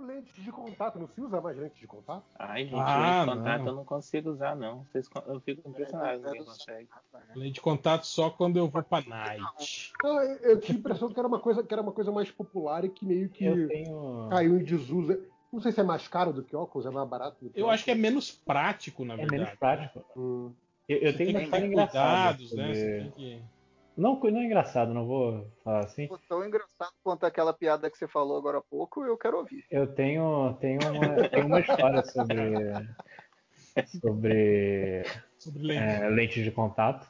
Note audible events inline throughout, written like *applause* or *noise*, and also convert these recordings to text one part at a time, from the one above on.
lentes de contato, não se usa mais lentes de contato? Ai, gente, Ah, lente de contato não. eu não consigo usar, não. Vocês, con- eu fico impressionado, ninguém eu- consegue. Lei de contato só quando eu vou pra night. Não, Ah, eu, eu tive a impressão que era uma coisa que era uma coisa mais popular e que meio que Eu tenho. caiu em desuso. Não sei se é mais caro do que óculos, é mais barato do que Eu acho que é menos prático, na É verdade. menos prático. Hum. Eu, eu tenho uma que ter história engraçada. cuidados, né? sobre- Você tem que... Não, não é engraçado, não vou falar assim. Pô, tipo, Tão engraçado quanto aquela piada que você falou agora há pouco, eu quero ouvir. Eu tenho, tenho, uma, tenho uma história sobre, sobre Sobre lente. *laughs* é, lente de contato.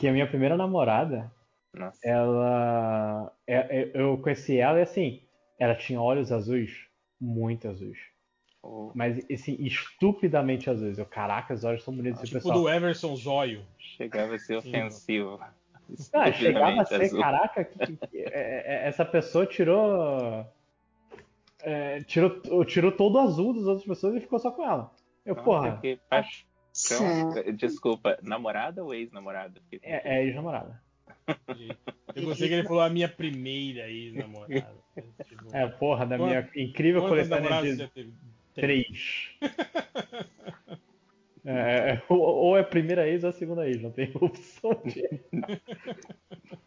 Que a minha primeira namorada, É. Nossa. ela. é- é- eu conheci ela e assim, ela tinha olhos azuis, muito azuis. o- Mas assim, estupidamente azuis. Eu, caraca, os olhos são bonitos de Tipo pessoal. do Everson Zóio. Chegava a ser ofensivo. Ah, chegava a Estupidamente ser, azul. caraca, que- que- é- é- essa pessoa tirou, é, tirou. Tirou todo o azul das outras pessoas e ficou só com ela. Eu, Nossa, porra, que paixão. Desculpa, namorada ou ex-namorada? Fiquei confuso. é, é ex-namorada. Eu gostei que ele falou a minha primeira ex-namorada. Tipo, *laughs* É, porra, da Quantas- minha incrível quantas coletânea namoradas de você já teve? três. É, ou, ou é a primeira ex ou a segunda ex, não tem *laughs* opção de.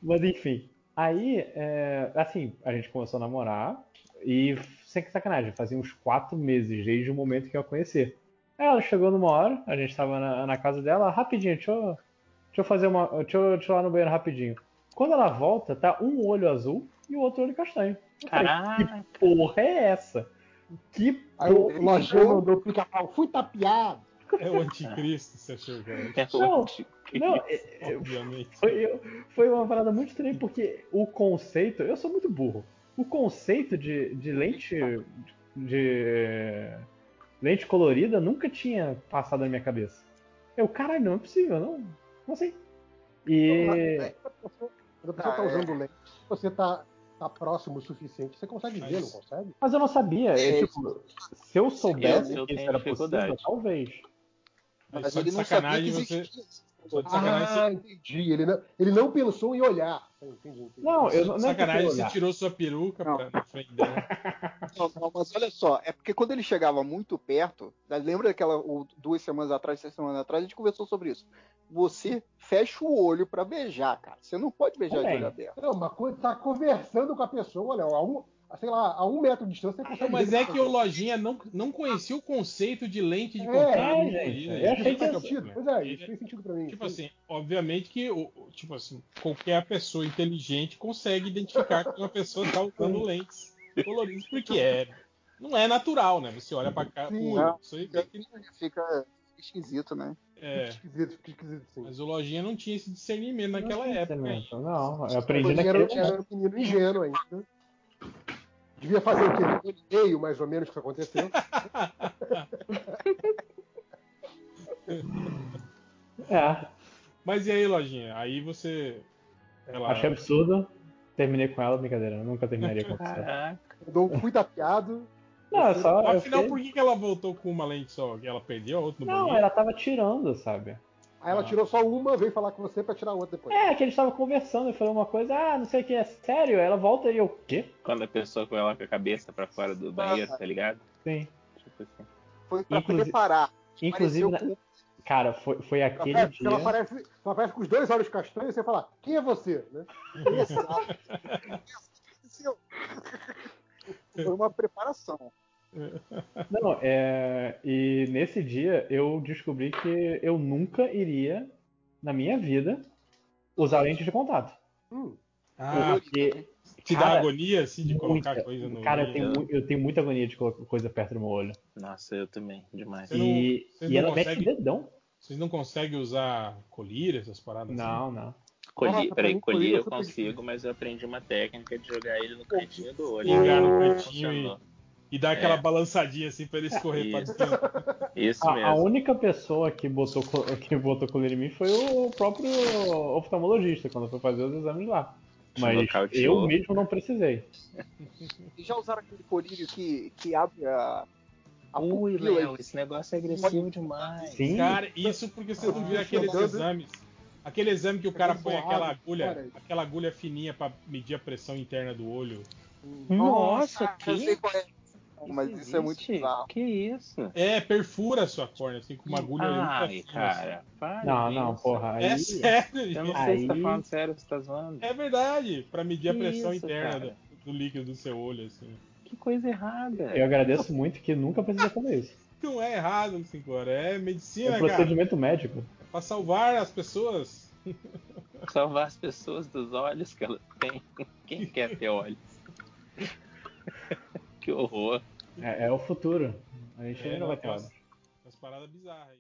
Mas enfim. Aí, é, assim, a gente começou a namorar e, sem que sacanagem, fazia uns quatro meses desde o momento que eu a conheci. Aí ela chegou numa hora, a gente tava na, na casa dela, rapidinho, deixa eu, deixa eu fazer uma. Deixa eu, deixa eu ir lá no banheiro rapidinho. Quando ela volta, tá um olho azul e o outro olho castanho. Eu falei, Caraca! que porra é essa? Que Aí o Lojinha um- mandou pica-pau, fui tapeado. É o anticristo, você achou, *laughs* cara? É o Não, anticristo. *laughs* Não, é- é- Obviamente. foi, eu- foi uma parada muito estranha, porque o conceito. Eu sou muito burro. O conceito de, de lente. de. eh, lente colorida nunca tinha passado na minha cabeça. Eu, caralho, não é possível, não. Não sei. é. E. Quando a pessoa tá Ah, é. usando lente, você tá, tá próximo o suficiente, você consegue Mas- ver, não consegue? Mas eu não sabia. é, tipo, se eu soubesse Esse eu que isso tenho era possível, dificuldade. talvez. Mas é só de sacanagem você. Só de sacanagem, Ah, entendi. Ele não, ele não pensou em olhar. Entendi, entendi. Não, você, eu não. não é sacanagem, porque eu você olhar. tirou sua peruca Não. pra, na frente *laughs* dela. Não, não, mas olha só, é porque quando ele chegava muito perto, né, lembra daquela o- duas semanas atrás, três semanas atrás, a gente conversou sobre isso. Você fecha o olho pra beijar, cara. Você não pode beijar Também. de olho aberto. Não, mas quando tá conversando com a pessoa, olha, a um, a, sei lá, a um metro de distância você consegue Mas ver é que o Lojinha não, não conhecia o conceito de lente É, de contato. é, né? gente, Isso aí, eu isso achei aí Fez que é o sentido, problema. pois é, isso fez sentido pra mim. Tipo assim, obviamente que o- o- tipo assim, qualquer pessoa inteligente consegue identificar que uma pessoa está usando lentes coloridas, porque é, não é natural, né? Você olha pra cá, Sim, pô, não. isso aí vê que Fica esquisito, né? é. Esquisito, fica esquisito sim. Mas o Lojinha não tinha esse discernimento naquela Não, é época. hein? Não, eu aprendi Quando naquele era, era um menino engênuo ainda. Devia fazer o quê? Um meio, mais ou menos, que isso aconteceu. É, Mas e aí, Lojinha? Aí você. Ela, achei absurdo. Terminei com ela, brincadeira. eu nunca terminaria com Ah, você. Caraca! Mandou um fui tapeado. Não, é só. eu Afinal, fiquei- por que que ela voltou com uma lente só? Que Ela perdeu a outra no Não, banheiro? ela tava tirando, sabe? Aí ela Ah. tirou só uma, veio falar com você pra tirar outra depois. É, que eles estavam conversando, eu falei uma coisa, ah, não sei o que, é sério? Ela volta e eu, o quê? Quando a pessoa coloca a cabeça pra fora do banheiro, tá ligado? Sim. Tipo assim. Foi pra Inclusive- preparar. Inclusive, Pareceu na- cara, foi, foi Ela aquele aparece, dia. ela, aparece, ela aparece com os dois olhos castanhos e você fala, quem é você? Né? com- Exato. *laughs* Aconteceu. Foi uma preparação. Não, é. E nesse dia eu descobri que eu nunca iria, na minha vida, usar lente de contato. Hum, Ah, porque, te dá cara, agonia assim de colocar muita- coisa no. cara, eu olho? tenho, mu- eu tenho muita agonia de colocar coisa perto do meu olho. Nossa, eu também, demais. Você não- e você e não ela consegue- mete o dedão. Vocês não conseguem usar colírio, essas paradas assim? Não, não. Colhi, Nossa, pra peraí, mim, colhi colhi eu você consigo, mas eu aprendi uma técnica de jogar ele no cantinho do olho. Ligar no Não cantinho e- funcionou. E dá aquela É. balançadinha assim pra ele escorrer Isso. pra dentro. assim. Isso A, a mesmo. única pessoa que botou, co- *laughs* que botou colírio em mim foi o próprio oftalmologista, quando foi fazer os exames lá. Mas Nocauteou. eu mesmo não precisei. E já usaram aquele colírio que, que abre a. a Ui, pupila Léo, esse negócio é agressivo demais. Sim, Cara, isso porque vocês não viram aqueles jogando. exames. Aquele exame que o cara põe aquela agulha, Cara. aquela agulha fininha pra medir a pressão interna do olho. nossa, Ah, eu sei qual é. mas isso é muito bizarro. Que isso? É, perfura a sua córnea, assim, com uma agulha Ai, aí. cara. para Não, com não, isso. porra. Aí... É sério, Eu gente. não sei se tá Aí- falando sério ou se tá zoando. É verdade, pra medir a Que pressão isso, interna cara? do, do líquido do seu olho, assim. Que coisa errada. Eu agradeço muito que nunca precisei fazer isso. Não é errado, não se enquadra, é É medicina, um cara. procedimento médico. Pra salvar as pessoas. Salvar as pessoas dos olhos que elas têm. Quem quer ter olhos? *laughs* que horror. É, é o futuro. A gente É, não vai ter nossa. hora. As paradas bizarras aí.